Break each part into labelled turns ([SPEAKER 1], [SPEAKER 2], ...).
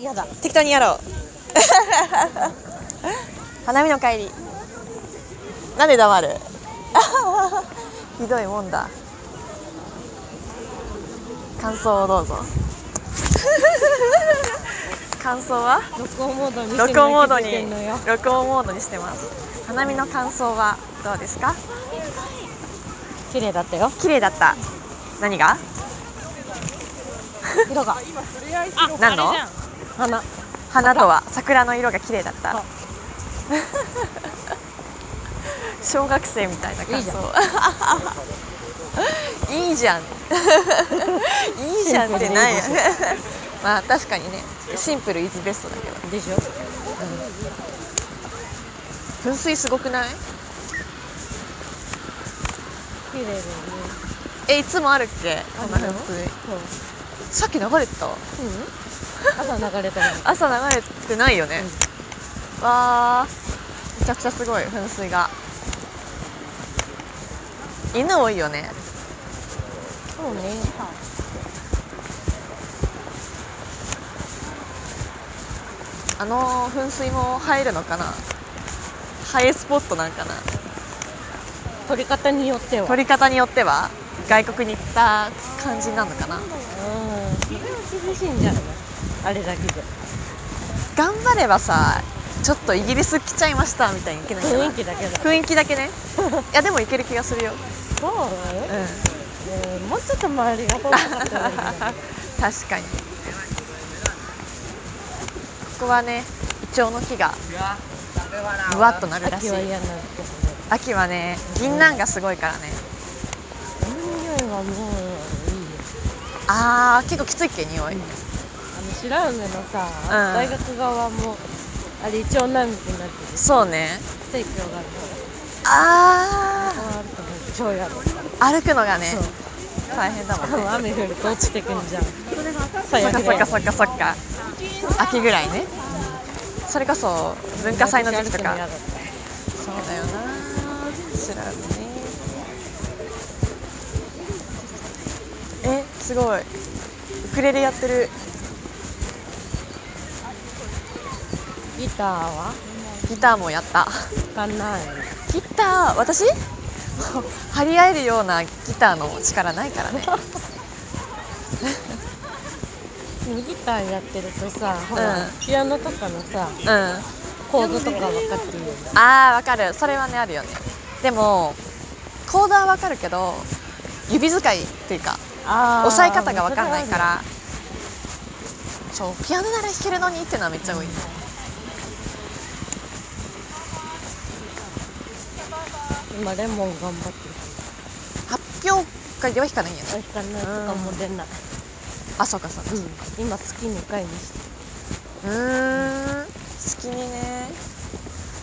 [SPEAKER 1] やだ適当にやろう 花見の帰りなんで黙る ひどいもんだ感想をどうぞ 感想は
[SPEAKER 2] 録音モードにして
[SPEAKER 1] 録音モード
[SPEAKER 2] 泣きついて
[SPEAKER 1] に
[SPEAKER 2] んのよ
[SPEAKER 1] 録音モードにしてます花見の感想はどうですか
[SPEAKER 2] 綺麗だったよ
[SPEAKER 1] 綺麗だった何が
[SPEAKER 2] 色があ
[SPEAKER 1] 何の
[SPEAKER 2] あれじゃん花
[SPEAKER 1] 花とは桜の色が綺麗だった 小学生みたいな感想い いじゃんいいじゃん ってないまあ確かにねシンプルイズベストだけど
[SPEAKER 2] でしょ
[SPEAKER 1] 噴水すごくない
[SPEAKER 2] 綺麗だよね
[SPEAKER 1] えいつもあるっけこんな噴水
[SPEAKER 2] そう
[SPEAKER 1] さっき流れてた
[SPEAKER 2] うん朝流れたのに
[SPEAKER 1] 朝流れてないよね、わあめちゃくちゃすごい噴水が犬多いよね
[SPEAKER 2] そうね
[SPEAKER 1] あの噴水も入るのかなハエスポットなんかな
[SPEAKER 2] 取り方によっては
[SPEAKER 1] 撮り方によっては外国に行った感じなのかな
[SPEAKER 2] うん涼しいんじゃないあれだけで
[SPEAKER 1] 頑張ればさちょっとイギリス来ちゃいましたみたいにいけないかな
[SPEAKER 2] 雰囲気だけだ
[SPEAKER 1] 雰囲気だ けねいやでもいける気がするよ、
[SPEAKER 2] そうな
[SPEAKER 1] う
[SPEAKER 2] の
[SPEAKER 1] ん、
[SPEAKER 2] ねもうちょっと周りが怖か ったらいいのに
[SPEAKER 1] 確かにここはねイチョウの木がぶわっとなるらしい
[SPEAKER 2] 秋は嫌になるけどね
[SPEAKER 1] 秋はね銀杏がすごいからね
[SPEAKER 2] この匂いはもういいよ
[SPEAKER 1] あー結構きついっけ匂い、
[SPEAKER 2] あの白梅のさ、
[SPEAKER 1] ん
[SPEAKER 2] 大学側もあれ一応並木になってる
[SPEAKER 1] そうね
[SPEAKER 2] 生協がある
[SPEAKER 1] あ
[SPEAKER 2] からあると思う超やだ
[SPEAKER 1] ー歩くのがね
[SPEAKER 2] そう
[SPEAKER 1] 大変だもんね
[SPEAKER 2] 雨降ると落ちてくんじゃん
[SPEAKER 1] そ
[SPEAKER 2] 最
[SPEAKER 1] っ
[SPEAKER 2] 悪
[SPEAKER 1] かそっか
[SPEAKER 2] だよ
[SPEAKER 1] そっかそっか秋ぐらいねそれこそ文化祭の時期とか
[SPEAKER 2] 私歩くの嫌だった
[SPEAKER 1] そうだよな知らんねえすごいウクレレやってる
[SPEAKER 2] ギターは
[SPEAKER 1] ギターもやった
[SPEAKER 2] わかんない
[SPEAKER 1] ギター私張り合えるようなギターの力ないからね
[SPEAKER 2] でもギターやってるとさほら、
[SPEAKER 1] うん
[SPEAKER 2] ピアノとかのさ
[SPEAKER 1] うん
[SPEAKER 2] コードとか分かってるよね
[SPEAKER 1] あーわかるそれはねあるよねでもコードはわかるけど指使いっていうか
[SPEAKER 2] あー
[SPEAKER 1] 押さえ方が分かんないからそうピアノなら弾けるのにってのはめっちゃ多い、
[SPEAKER 2] 今レモン頑張ってる
[SPEAKER 1] 発表会では弾かないんやね
[SPEAKER 2] あ弾かないとかも出ない、
[SPEAKER 1] あそうかそうか
[SPEAKER 2] うん今月2回にして
[SPEAKER 1] うーん月にね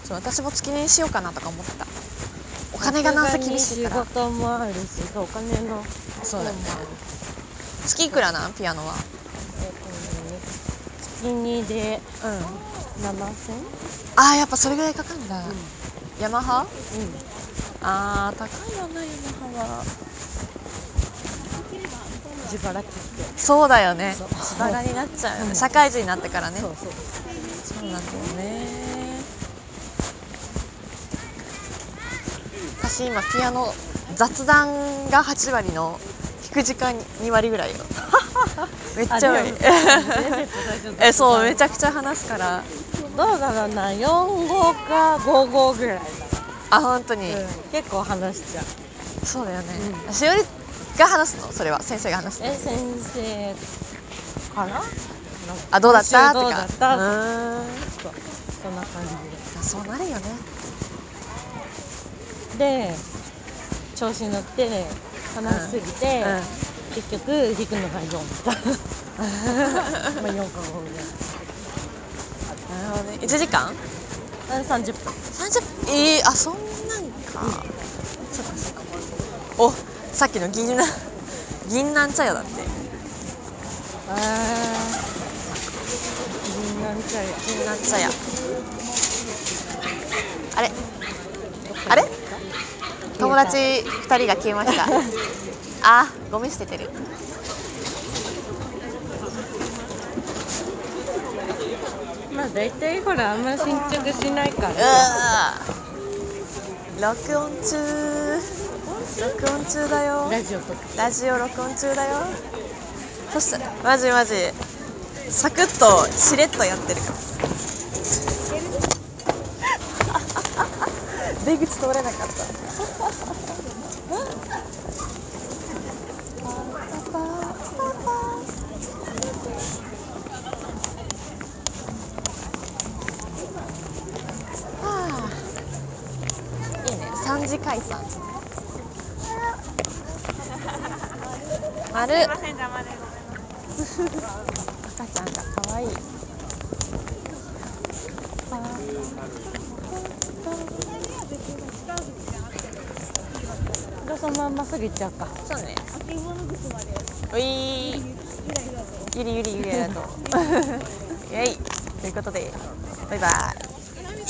[SPEAKER 1] そう私も月にしようかなとか思ってたお金がなんせ厳しいから
[SPEAKER 2] 仕事もあるしお金の
[SPEAKER 1] そうだよね月いくらなんピアノは
[SPEAKER 2] えっとね月2で
[SPEAKER 1] うん
[SPEAKER 2] 7000
[SPEAKER 1] あーやっぱそれぐらいかかるんだ、ヤマハ
[SPEAKER 2] うん
[SPEAKER 1] あー高いよなヤマハは
[SPEAKER 2] 自腹切って
[SPEAKER 1] そうだよね
[SPEAKER 2] そう
[SPEAKER 1] 自腹になっちゃうよ
[SPEAKER 2] う
[SPEAKER 1] ね
[SPEAKER 2] ん
[SPEAKER 1] 社会人になってからね
[SPEAKER 2] そうそう
[SPEAKER 1] そうなんだよね私今ピアノ雑談が8割の弾く時間2割ぐ らいよめっちゃ多い えそうめち
[SPEAKER 2] ゃ
[SPEAKER 1] ゃくちゃ話すから
[SPEAKER 2] どうだろうな4号か5号ぐらいだ、
[SPEAKER 1] あ本当に、
[SPEAKER 2] 結構話しちゃう
[SPEAKER 1] そうだよね、しおりが話すのそれは先生が話すの
[SPEAKER 2] え先生かな
[SPEAKER 1] あどうだった
[SPEAKER 2] 今週ど
[SPEAKER 1] と
[SPEAKER 2] う
[SPEAKER 1] か
[SPEAKER 2] だった
[SPEAKER 1] うーん
[SPEAKER 2] そうそんな感じ
[SPEAKER 1] あそうなるよね
[SPEAKER 2] でで調子に乗って話しすぎて、
[SPEAKER 1] うん
[SPEAKER 2] 結局引くのが4だまあ4か5ぐらい
[SPEAKER 1] なるほどね1時間
[SPEAKER 2] あれ30分
[SPEAKER 1] 30分えー、あそんなんか、そうかそうかおさっきの銀杏銀杏茶屋だって
[SPEAKER 2] ああ銀杏茶屋
[SPEAKER 1] 銀杏茶屋あれあれ友達2人が消えましたあゴミ捨ててる
[SPEAKER 2] まあ大体ほらあんま進捗しないか
[SPEAKER 1] う
[SPEAKER 2] ら
[SPEAKER 1] わー録音中録音中だよ
[SPEAKER 2] ラジオとか
[SPEAKER 1] ラジオ録音中だよそしてマジマジサクッとしれっとやってるから 出口通れなかった はあいいね3次解散丸
[SPEAKER 3] ません邪魔でごめんなさい
[SPEAKER 1] 赤ちゃんが可愛い。
[SPEAKER 2] がそのまんま過ぎちゃうか
[SPEAKER 1] そうね。
[SPEAKER 3] 秋物靴まで
[SPEAKER 1] ういー。 ゆりゆりゆりやだと。イエイ。ということで、バイバイ。